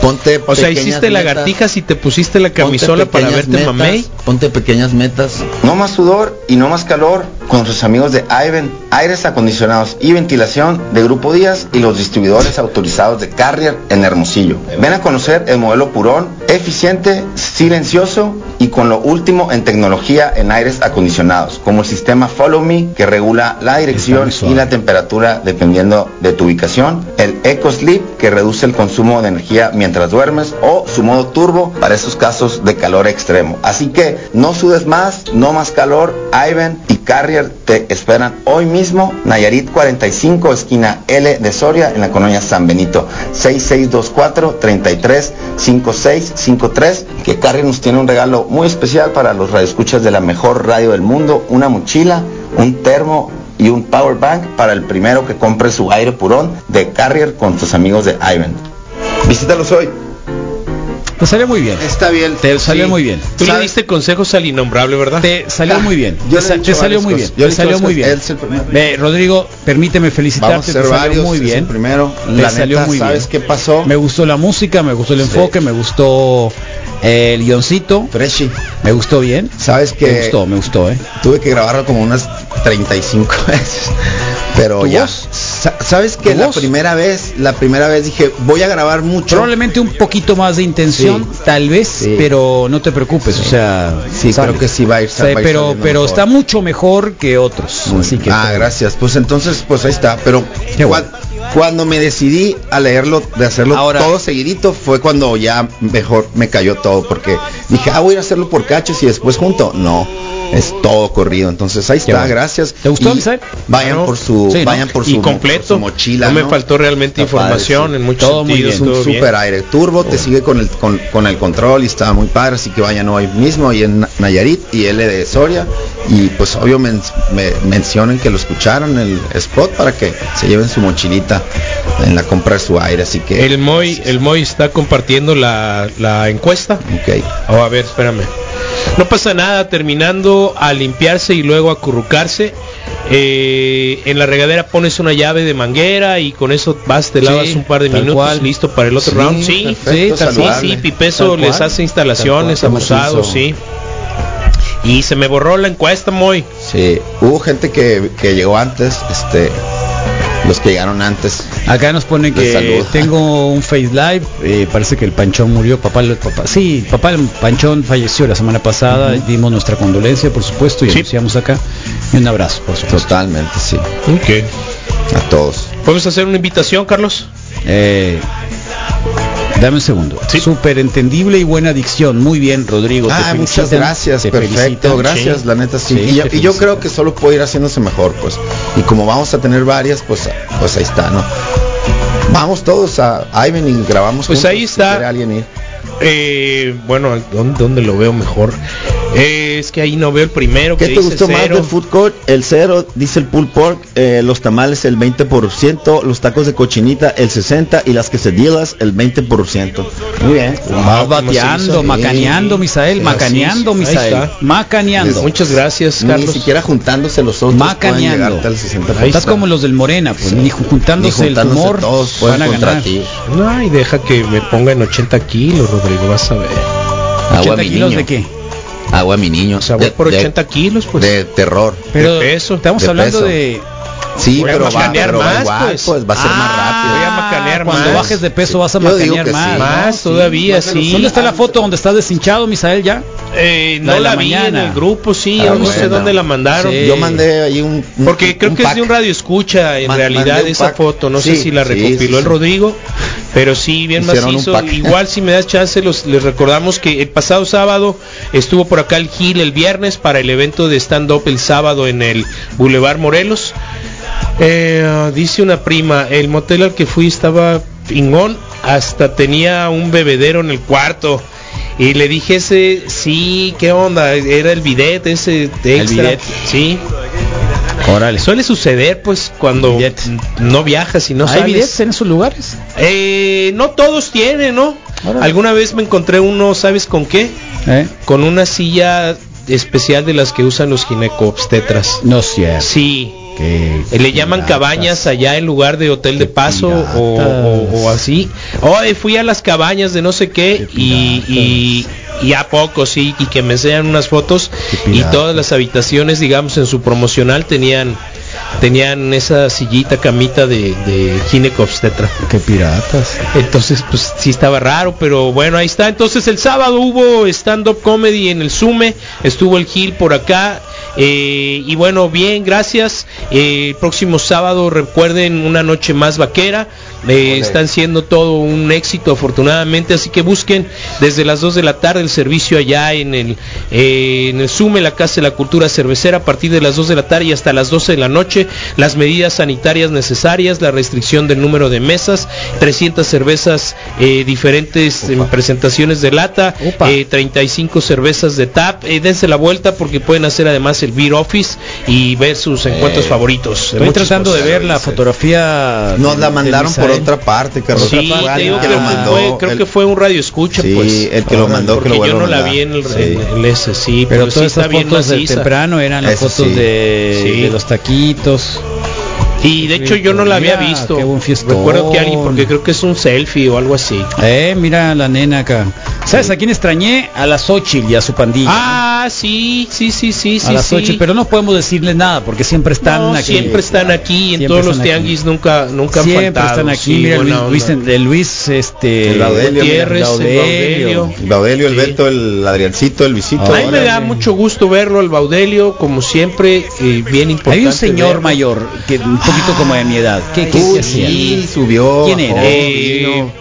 S4: ponte...
S3: O sea,
S4: pequeñas
S3: hiciste
S4: metas.
S3: lagartijas y te pusiste la camisola
S4: Ponte
S3: para
S4: pequeñas
S3: verte
S4: metas,
S3: mamey.
S4: Ponte pequeñas metas.
S6: No más sudor y no más calor con sus amigos de Iven, aires acondicionados y ventilación de Grupo Díaz y los distribuidores autorizados de Carrier en Hermosillo. Ven a conocer el modelo Purón, eficiente, silencioso y con lo último en tecnología en aires acondicionados, como el sistema Follow Me que regula la dirección y la temperatura dependiendo de tu ubicación, el Eco Sleep que reduce el consumo de energía mientras duermes o su modo turbo para esos casos de calor extremo. Así que no sudes más, no más calor. Ivan y Carrier te esperan hoy mismo. Nayarit 45, esquina L de Soria, en la colonia San Benito. 6624-335653. Que Carrier nos tiene un regalo muy especial para los radioescuchas de la mejor radio del mundo. Una mochila, un termo y un power bank para el primero que compre su aire purón de Carrier con tus amigos de Ivan. Visítalos hoy.
S2: Te salió muy bien.
S4: Está bien.
S2: Te salió muy bien.
S3: Tú le
S4: ¿Sabes?
S3: diste Ah. consejos al innombrable, ¿verdad?
S2: Te salió muy bien.
S4: Ah, Yo
S2: Te,
S4: le he
S2: sa-
S4: dicho
S2: te salió
S4: varias
S2: muy bien.
S4: cosas. Yo
S2: Te
S4: le he
S2: salió
S4: dicho
S2: muy
S4: varias
S2: bien.
S4: cosas. Él es el primero.
S2: Ve, Rodrigo, permíteme
S4: Vamos a
S2: felicitarte.
S4: hacer
S2: Te salió
S4: varios.
S2: muy
S4: este es el
S2: bien.
S4: primero.
S2: Te
S4: La
S2: salió
S4: neta,
S2: muy
S4: ¿Sabes
S2: bien.
S4: qué pasó?
S2: Me gustó la música, me gustó el enfoque, me gustó eh, el guioncito.
S4: Freshie.
S2: Me gustó bien.
S4: ¿Sabes
S2: Me
S4: qué?
S2: gustó, me gustó, ¿eh?
S4: Tuve que grabarlo como unas 35 veces. Pero
S2: ¿Tu
S4: ya.
S2: voz?
S4: Sa- ¿Sabes que
S2: ¿Tu
S4: La
S2: voz?
S4: primera vez, la primera vez dije, voy a grabar mucho.
S2: Probablemente un poquito más de intención,
S4: Sí.
S2: tal vez,
S4: Sí.
S2: pero no te preocupes, o sea,
S4: Sí,
S2: sale.
S4: creo que sí va a ir.
S2: O sea,
S4: va a ir
S2: pero
S4: saliendo
S2: pero
S4: mejor.
S2: está mucho mejor que otros.
S4: Muy
S2: así
S4: bien.
S2: que
S4: ah, gracias. Pues entonces, pues ahí está. Pero
S2: Qué
S4: cua-
S2: bueno.
S4: cuando me decidí a leerlo, de hacerlo
S2: Ahora-
S4: todo seguidito, fue cuando ya mejor me cayó todo. Porque dije, ah, voy a ir a hacerlo por cachos y después junto. No, es todo corrido. Entonces ahí está,
S2: bueno.
S4: gracias.
S2: ¿Te gustó,
S4: Y
S2: Misael?
S4: Vayan
S3: Claro.
S4: por su,
S2: Sí, ¿no?
S4: vayan por su,
S3: y completo.
S4: por su mochila.
S3: no, me
S4: ¿no?
S3: faltó realmente
S4: Está padre,
S3: información
S4: sí.
S3: en muchos
S2: Todo muy
S3: sentidos.
S4: Es un
S3: todo bien.
S4: super aire turbo, te sigue con el, con, con el control y está muy padre, así que vayan hoy mismo y en Nayarit y L de Soria. Y pues obvio men- me- mencionen que lo escucharon el spot para que se lleven su mochilita en la compra de su aire, así que
S3: El Moy, el Moy está compartiendo la, la encuesta.
S4: ok.
S3: Oh, a ver, espérame. No pasa nada, terminando a limpiarse y luego a currucarse. eh, en la regadera pones una llave de manguera y con eso vas, te
S2: Sí,
S3: lavas un par de
S2: tal
S3: minutos,
S2: cual.
S3: listo para el otro
S4: Sí,
S3: round. Sí,
S4: perfecto,
S3: sí, sí,
S4: saludable.
S3: sí, Pipeso
S2: Tal
S3: les
S2: cual.
S3: hace instalaciones,
S4: Tal cual, qué
S3: abusados,
S4: macizo.
S3: sí. Y se me borró la encuesta, Moy.
S4: Sí, hubo gente que, que llegó antes, este los que llegaron antes.
S2: Acá nos ponen
S4: Les
S2: que
S4: saluda.
S2: tengo un face live, eh, parece que el Panchón murió, papá, lo- papá, sí, papá el Panchón falleció la semana pasada, dimos nuestra condolencia, por supuesto, y
S3: Sí.
S2: anunciamos acá, y un abrazo, por supuesto.
S4: Totalmente, sí. A todos.
S3: ¿Podemos hacer una invitación, Carlos?
S2: Eh, dame un segundo.
S3: Sí.
S2: Súper entendible y buena dicción, muy bien, Rodrigo. te
S4: Ah,
S2: felicitan,
S4: muchas gracias,
S2: te
S4: perfecto,
S2: felicitan.
S4: gracias,
S2: Sí.
S4: la neta sí.
S2: Sí,
S4: y, yo,
S2: te
S4: y yo
S2: felicitan.
S4: creo que solo puede ir haciéndose mejor, pues. Y como vamos a tener varias, pues, pues ahí está, ¿no? Vamos todos a Ivan y grabamos.
S3: Pues ahí está.
S4: si quiere alguien ir.
S3: Eh, bueno, ¿dónde, dónde lo veo mejor? Eh, es que ahí no veo el primero.
S4: ¿Qué
S3: que
S4: te
S3: dice
S4: gustó más
S3: cero.
S4: del food court? El cero, dice el pulled pork, eh, los tamales el 20%, los tacos de cochinita el 60% y las quesadillas el 20%. Muy bien.
S2: Vas
S3: Wow, cómo se
S2: bateando,
S3: hizo.
S2: macaneando,
S3: Sí.
S2: Misael,
S4: Sí,
S2: macaneando,
S3: así es. Ahí
S2: Misael,
S3: está.
S2: macaneando.
S3: Muchas gracias,
S4: Ni
S3: Carlos.
S4: siquiera juntándose los otros pueden
S2: Macaneando.
S4: llegar hasta el 60%.
S2: Estás como los del Morena, pues, ni ju- juntándose,
S4: Ni
S2: el tumor,
S4: todos pues,
S2: van
S4: pueden
S2: a
S4: contra
S2: ganar.
S4: ti.
S3: No, y deja que me ponga en 80 kilos, Rodrigo, vas a ver.
S4: Agua
S2: 80
S4: mi
S2: kilos
S4: niño.
S2: de qué?
S4: Agua mi niño.
S3: O sea, voy por 80 kilos, pues.
S4: de terror.
S2: Pero
S3: peso,
S2: estamos
S4: de
S2: hablando
S4: peso.
S2: de
S4: Sí,
S3: Voy a
S4: pero, va,
S3: macanear
S4: pero va
S3: más,
S4: igual,
S3: pues.
S4: pues. va a ser más
S2: Ah,
S4: rápido.
S3: Voy a macanear
S2: cuando
S3: más.
S2: bajes de peso vas a
S4: Yo digo
S2: macanear
S4: que
S2: más.
S4: sí.
S2: ¿no?
S3: Más
S2: Sí.
S3: todavía, sí.
S2: ¿Dónde está la foto donde estás deshinchado, Misael, ya?
S3: Eh,
S2: La
S3: no
S2: de
S3: la,
S2: la
S3: vi en
S2: mañana.
S3: el grupo, sí,
S4: Ah,
S3: yo no
S4: bueno.
S3: sé dónde la mandaron.
S2: Sí.
S4: Yo mandé ahí un, un-
S3: Porque
S4: un-
S3: creo
S4: un
S3: que es
S4: pack.
S3: de un radio escucha, en
S4: Man-
S3: realidad,
S4: mandé un
S3: esa
S4: pack.
S3: foto. No sé
S4: Sí,
S3: si la
S4: sí,
S3: recopiló
S4: sí,
S3: el
S4: sí.
S3: Rodrigo, pero sí, bien
S4: Hicieron un
S3: macizo.
S4: pack.
S3: Igual, si me das chance, los, les recordamos que el pasado sábado estuvo por acá el Gil el viernes para el evento de stand-up el sábado en el Boulevard Morelos. Eh, dice una prima, el motel al que fui estaba pingón, hasta tenía un bebedero en el cuarto. Y le dije ese, sí, ¿qué onda? Era el bidet, ese extra.
S2: bidet.
S3: Sí.
S2: Órale.
S3: Suele suceder pues cuando
S2: Billetes.
S3: n- no viajas y no
S2: ¿Hay
S3: sales.
S2: billetes en esos lugares?
S3: Eh, no todos tienen, ¿no?
S2: Órale.
S3: Alguna vez me encontré uno, ¿sabes con qué?
S2: ¿Eh?
S3: Con una silla especial de las que usan los ginecobstetras.
S2: No es cierto.
S3: Sí.
S2: Qué
S3: Eh, Le llaman
S2: Este, piratas.
S3: cabañas allá en lugar de hotel de
S2: Qué
S3: paso
S2: piratas.
S3: o, o- o así. Hoy fui a las cabañas de no sé qué,
S2: Qué
S3: y, y- y a poco, sí, y que me enseñan unas fotos
S2: Qué
S3: y
S2: piratas.
S3: todas las habitaciones, digamos, en su promocional tenían tenían esa sillita, camita de, de ginecobstetra.
S2: Qué piratas.
S3: Entonces, pues sí estaba raro, pero bueno, ahí está. Entonces el sábado hubo stand-up comedy en el Sume, estuvo el Gil por acá. eh, y bueno, bien, gracias. Eh, el próximo sábado recuerden una noche más vaquera. Eh, están siendo todo un éxito afortunadamente, así que busquen desde las 2 de la tarde el servicio allá en el, eh, en el Sume, la Casa de la Cultura Cervecera, a partir de las 2 de la tarde y hasta las 12 de la noche, las medidas sanitarias necesarias, la restricción del número de mesas, 300 cervezas eh, diferentes en presentaciones de lata,
S2: Upa.
S3: eh, 35 cervezas de tap, eh, dense la vuelta porque pueden hacer además el beer office y ver sus encuentros favoritos.
S2: Eh, Estoy
S3: Muchas
S2: tratando de
S3: cosas.
S2: ver la fotografía.
S4: Nos la
S2: de
S4: mandaron por por
S3: ¿eh?
S4: otra parte, Carlos.
S3: Sí,
S4: Fue
S3: te
S4: alguien
S3: digo
S4: que
S3: que
S4: lo
S3: fue-
S4: mandó,
S3: creo
S4: el-
S3: que fue un radio escucha,
S4: Sí,
S3: pues.
S4: el que lo mandó, que
S3: porque
S4: lo
S3: yo
S4: vuelva
S3: no
S4: a
S3: la
S4: mandar.
S3: vi en el,
S4: Sí.
S3: en el ese, sí,
S2: Pero,
S3: sí
S2: todas
S3: está
S2: estas
S3: bien
S2: fotos del
S3: maciza.
S2: temprano eran las
S4: Eso
S2: fotos
S4: sí.
S2: de,
S3: Sí.
S2: de los taquitos.
S3: Y de hecho yo no la había
S2: Mira,
S3: visto.
S2: qué buen fiestón.
S3: Recuerdo que alguien, porque creo que es un selfie o algo así.
S2: Eh, mira a la nena acá. ¿Sabes a quién extrañé? A la Xochitl y a su pandilla.
S3: Ah, sí, sí, sí, sí,
S2: a
S3: sí.
S2: la
S3: sí.
S2: Xochitl, pero no podemos decirles nada porque siempre están
S3: No,
S2: aquí.
S3: siempre están aquí, en
S2: Siempre
S3: todos los
S2: están aquí.
S3: tianguis nunca, nunca han
S2: Siempre
S3: faltado,
S2: están aquí.
S3: sí,
S2: mira,
S3: buena
S2: Luis,
S3: onda.
S2: Luis- de Luis, este,
S4: El Gaudelio, mira,
S2: Gutiérrez, el
S3: Gaudelio.
S2: Gaudelio.
S4: Gaudelio, el
S3: Sí.
S4: Beto, el Adriancito, el Visito.
S2: Ah,
S3: A mí me
S4: órale.
S3: da mucho gusto verlo, el Baudelio, como siempre, eh, bien importante.
S2: Hay un señor
S3: verlo.
S2: mayor, que un
S3: Ah,
S2: poquito como de mi edad. ¿Qué, qué,
S4: Uy,
S2: qué hacía?
S4: sí, subió.
S2: ¿Quién era?
S4: bajó,
S3: Eh,
S4: vino.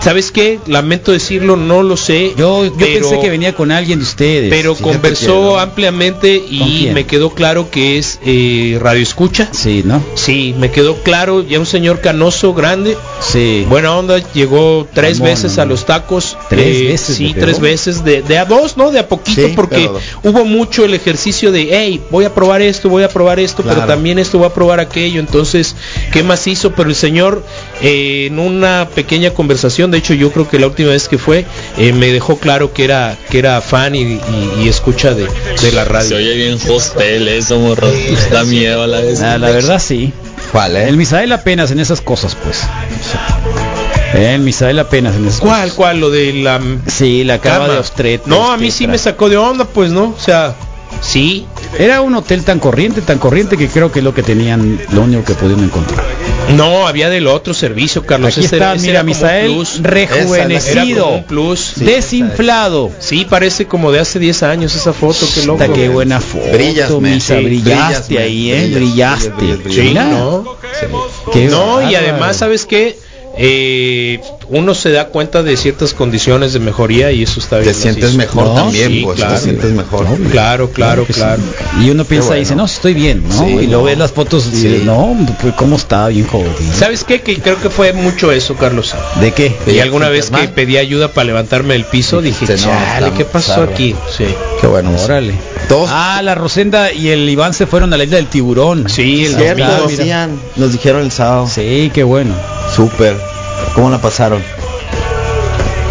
S3: ¿Sabes qué? Lamento decirlo, no lo sé.
S2: Yo, yo
S3: pero-
S2: pensé que venía con alguien de ustedes.
S3: Pero
S2: Sí,
S3: conversó ampliamente
S2: ¿Con
S3: y
S2: quién?
S3: me quedó claro que es eh, Radio Escucha.
S2: Sí, ¿no?
S3: Sí, me quedó claro, ya un señor canoso, grande,
S2: Sí.
S3: buena onda, llegó tres
S2: Mamón,
S3: veces
S2: ¿no?
S3: a los tacos. eh,
S2: Tres veces
S3: Sí,
S2: le pegó.
S3: tres veces, de, de a dos, ¿no? De a poquito,
S4: Sí,
S3: porque
S4: pero-
S3: hubo mucho el ejercicio de, hey, voy a probar esto, voy a probar esto, pero
S4: Claro.
S3: también esto, voy a probar aquello. Entonces, ¿qué más hizo? Pero el señor, eh, en una pequeña conversación, de hecho yo creo que la última vez que fue, eh, me dejó claro que era, que era fan y, y- y escucha de, de la radio.
S7: Se oye bien hostel eso, morro. Da miedo a la vez.
S2: Ah, la verdad sí.
S4: ¿Cuál, eh?
S2: El Misael apenas en esas cosas, pues. El Misael apenas en esas
S3: ¿Cuál,
S2: cosas.
S3: cuál? Lo de la
S2: Sí, la cava
S3: Cama.
S2: de Ostret.
S3: No, a mí sí me sacó de onda, pues, ¿no? O sea, sí.
S2: Era un hotel tan corriente, tan corriente que creo que es lo que tenían, lo único que pudieron encontrar.
S3: No, había del otro servicio, Carlos.
S2: Aquí
S3: Ese era-
S2: está,
S3: ese
S2: mira,
S3: era como un
S2: Misael
S3: plus. Era como
S2: rejuvenecido,
S3: un plus.
S4: Sí.
S2: desinflado.
S3: Sí, parece como de hace 10 años esa foto, qué loco.
S2: Puta, qué buena foto,
S4: Brillas, man.
S2: Misa,
S4: Sí, brillas,
S2: brillaste
S4: man.
S2: ahí, ¿eh?
S4: Brillas,
S2: brillaste.
S4: brillas, brillas,
S3: Sí,
S2: Mira,
S3: ¿no?
S2: qué
S3: No, y
S2: bárbaro.
S3: además, ¿sabes qué? Eh, uno se da cuenta de ciertas condiciones de mejoría y eso está bien.
S4: Te
S3: así
S4: sientes
S3: es.
S4: mejor
S2: No,
S4: también,
S3: sí,
S4: pues.
S3: claro.
S4: Te sientes mejor.
S3: Claro, claro,
S2: que sí.
S3: claro.
S2: Y uno piensa,
S4: bueno.
S2: dice, no, si estoy bien, ¿no?
S4: Sí,
S2: y luego
S4: no.
S2: ves las fotos y
S4: Sí.
S2: dices, no, pues, ¿cómo estaba bien joven?
S3: ¿Sabes qué? Que creo que fue mucho eso, Carlos.
S2: ¿De qué?
S3: Y alguna vez que pedí ayuda para levantarme del piso, dije,
S4: Dijiste, no,
S3: chale,
S4: está
S3: ¿qué pasó
S4: zarra".
S3: aquí? Sí.
S4: Qué bueno.
S2: Órale.
S4: Todos
S2: Ah, la Rosenda y el Iván se fueron a la isla del tiburón.
S3: Sí, el
S4: Cierto,
S3: domingo.
S4: nos decían, nos dijeron el sábado.
S2: Sí, qué bueno.
S4: Súper. ¿Cómo la pasaron?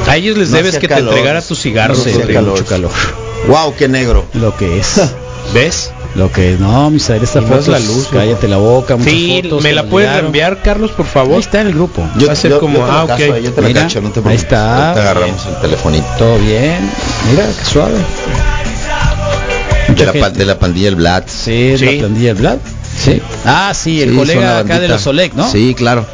S3: A ellos les
S4: No
S3: debes
S4: hacía
S3: que te
S4: calor.
S3: entregara tus cigarros.
S4: No hacía
S3: Rodrigo.
S4: calor.
S2: Mucho calor.
S4: Wow, qué negro.
S2: Lo que es.
S3: ¿Ves?
S2: Lo que es. No, Misael, esta
S3: Y no
S2: foto
S3: es la luz,
S2: Cállate la boca. muchas
S3: Sí,
S2: fotos
S3: me
S2: que
S3: la
S2: nos
S3: puedes
S2: llegaron.
S3: reenviar, Carlos, por
S2: Ahí
S3: favor.
S2: está en el grupo.
S3: Va a ser como,
S4: te la
S3: ah, ok.
S4: cacho, yo te la
S2: Mira,
S4: cacho, no te
S2: ahí
S4: preocupes.
S2: está.
S4: Ahorita agarramos el telefonito.
S2: Todo bien. Mira, qué suave.
S4: De la, pa-
S2: gente.
S4: de la pandilla El Blat.
S2: Sí, es
S3: Sí.
S2: la pandilla del Vlad. Sí. Ah, sí, el
S4: Sí, son la
S2: colega acá de
S4: bandita.
S2: los Oleg, ¿no?
S4: Sí, claro.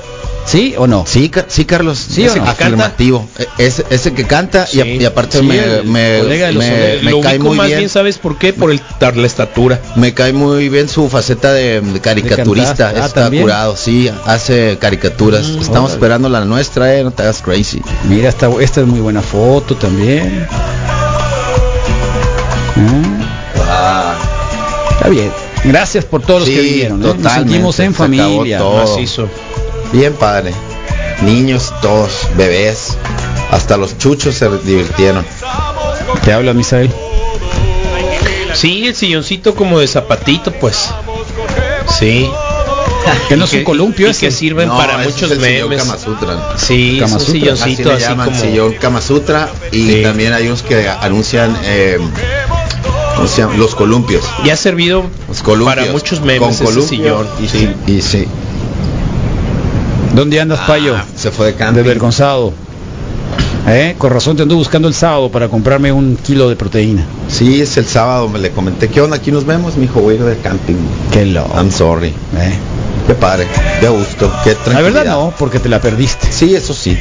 S2: ¿Sí o no?
S4: Sí, Car- sí Carlos.
S2: ¿Sí o
S4: ese
S2: no?
S4: que- afirmativo. E- Ese, ese que canta y, a-
S3: Sí.
S4: y aparte
S2: Sí,
S4: me,
S2: el colega
S4: me,
S2: de los
S4: me,
S2: Oleg.
S4: me
S3: Lo
S4: cae
S3: ubico
S4: muy
S3: más
S4: bien.
S3: bien, ¿sabes por qué? Por el, tar- la estatura.
S4: Me cae muy bien su faceta de, de caricaturista.
S2: cantar. Ah,
S4: Está
S2: ¿también? Mm.
S4: curado, sí, hace caricaturas. Estamos
S2: órale.
S4: esperando la nuestra, eh, no te hagas crazy.
S2: Mira, esta, esta es muy buena foto también. Ah, Está bien. Gracias por todos
S4: Sí,
S2: los que vinieron. ¿eh? Nos
S4: totalmente,
S2: sentimos en
S4: se acabó
S2: familia.
S4: todo.
S3: Macizo.
S4: Bien padre. Niños, todos, bebés. Hasta los chuchos se divirtieron.
S2: Te habla Misael.
S3: Sí, el silloncito como de zapatito, pues. Sí.
S2: Que no es
S3: Y
S2: un columpio
S3: y
S2: ese.
S3: que sirven
S4: No,
S3: para
S4: ese
S3: muchos
S4: es el sillón
S3: memes.
S4: Kama Sutra.
S3: Sí, es
S2: Kama
S3: un
S2: Sutra.
S4: Así
S3: silloncito
S4: le
S3: así,
S4: llaman
S3: como
S4: sillón Kama Sutra y
S3: Sí.
S4: también hay unos que anuncian eh, ¿cómo se llama? los columpios.
S3: y ha servido
S4: Los columpios.
S3: para muchos memes
S4: Con
S3: ese
S4: columpio
S3: sillón.
S4: Y
S3: Sí.
S4: sí. y sí.
S2: ¿Dónde andas, Payo?
S4: Ah, se fue de camping.
S2: Desvergonzado. ¿Eh? Con razón te ando buscando el sábado para comprarme un kilo de proteína.
S4: Sí, es el sábado, me le comenté. ¿Qué onda? Aquí nos vemos. Me dijo, voy a ir de camping.
S2: Qué loco.
S4: I'm sorry.
S2: ¿eh?
S4: Qué padre. Qué gusto. Qué
S2: La
S4: tranquilidad.
S2: verdad no, porque te la perdiste.
S4: Sí, eso sí.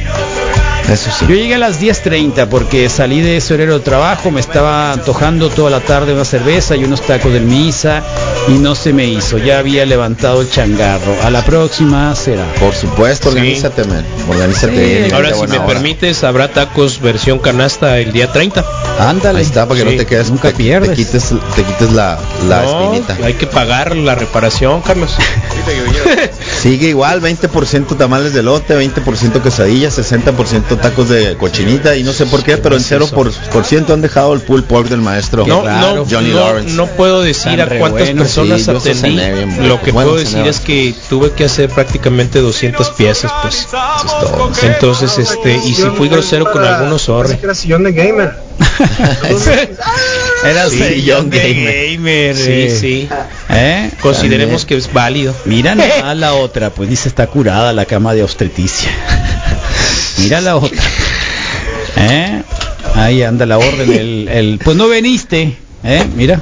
S4: Eso sí.
S2: Yo llegué a las 10.30 porque salí de ese horario de trabajo, me estaba antojando toda la tarde una cerveza y unos tacos del misa y no se me hizo, ya había levantado el changarro. A la próxima será.
S4: Por supuesto,
S3: Sí.
S4: organízate, man. Organízate
S2: Sí,
S4: bien.
S2: Qué
S3: Ahora,
S4: vete a
S3: si
S4: buena
S3: me
S4: hora.
S3: permites, habrá tacos versión canasta el día 30.
S4: Ándale. Ahí está, para que
S3: Sí,
S4: no te quedes.
S2: nunca
S4: te, te
S2: pierdes.
S4: quites, te quites la, la
S3: No,
S4: espinita.
S3: hay que pagar la reparación, Carlos.
S4: Sigue igual, 20% tamales de lote, 20% quesadillas, 60% tacos de cochinita y no sé por qué, pero en 0% por, por ciento han dejado el pool pork del maestro
S3: No,
S4: Claro,
S3: no,
S4: Johnny
S3: no,
S4: Lawrence.
S3: no puedo decir
S2: Están
S3: a
S2: re
S3: cuántas
S2: buenos,
S3: personas
S4: sí, yo sí
S3: atendí.
S4: cené bien, bueno.
S3: Lo que
S4: Bueno,
S3: puedo
S4: cené
S3: decir es que tuve que hacer prácticamente 200 piezas, pues. Entonces, este, y si fui grosero con algunos, sorry.
S8: Era sillón de gamer.
S2: Era
S4: Sí,
S2: sillón
S4: John Gamer.
S3: gamer, sí,
S2: Sí.
S3: sí.
S2: ¿Eh?
S3: Consideremos que es válido.
S2: Mira nomás la otra, pues dice está curada la cama de obstetricia. Mira la otra. ¿Eh? Ahí anda la orden. El, el- pues no veniste. ¿Eh? Mira.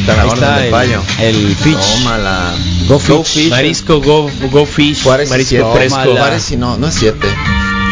S4: Está la
S2: Ahí
S4: orden
S2: está
S4: del
S2: el,
S4: baño.
S2: el Fitch.
S4: Tómala.
S2: Go Fitch.
S3: Marisco go, go fish,
S4: Juárez y siete.
S3: marisco fresco.
S2: Tómala.
S4: Juárez y no, no es 7.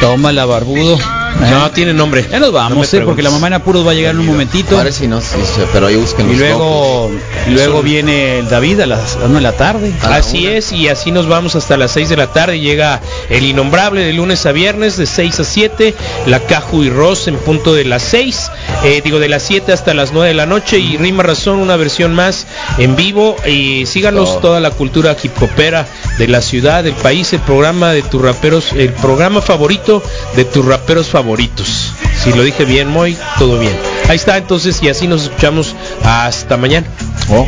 S2: Toma la barbudo. ¿eh?
S3: No, tiene nombre.
S2: Ya
S3: No
S2: nos
S3: me
S2: vamos, ¿eh? porque la
S3: preguntes.
S2: mamá en apuros va a llegar en un momentito.
S4: Juárez y no, sí, sí, pero ahí busquen
S2: Y
S4: los
S2: luego, y luego
S3: Son-
S2: viene el David a las 1 de la tarde.
S4: a la
S3: Así
S4: una.
S3: es, y así nos vamos hasta las 6 de la tarde. Llega el innombrable de lunes a viernes, de 6 a 7. La Caju y Ross en punto de las 6. eh, digo, de las 7 hasta las 9 de la noche. Y Rima Razón, una versión más en vivo. Y síganos
S4: Oh.
S3: toda la cultura hip hopera de la ciudad, del país. El programa de tus raperos, el programa favorito de tus raperos favoritos. Si lo dije bien, Moy, todo bien. Ahí está, entonces, y así nos escuchamos hasta mañana.
S4: Oh,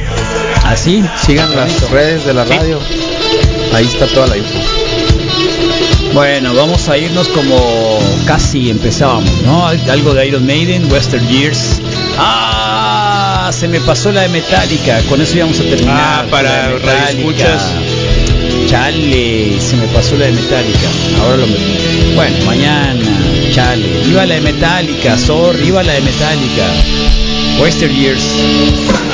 S2: Así.
S4: sigan las redes de la radio. Ahí está toda la info.
S2: Bueno, vamos a irnos como casi empezábamos, ¿no? Al- Algo de Iron Maiden, Western Years. Ah, se me pasó la de Metallica. Con eso íbamos a terminar.
S3: Ah, para
S2: La de Metallica.
S3: radioescuchas.
S2: Chale, se me pasó la de Metallica. Ahora lo me- Bueno, mañana. Chale. Iba la de Metallica, sorry, iba la de Metallica. Western Years.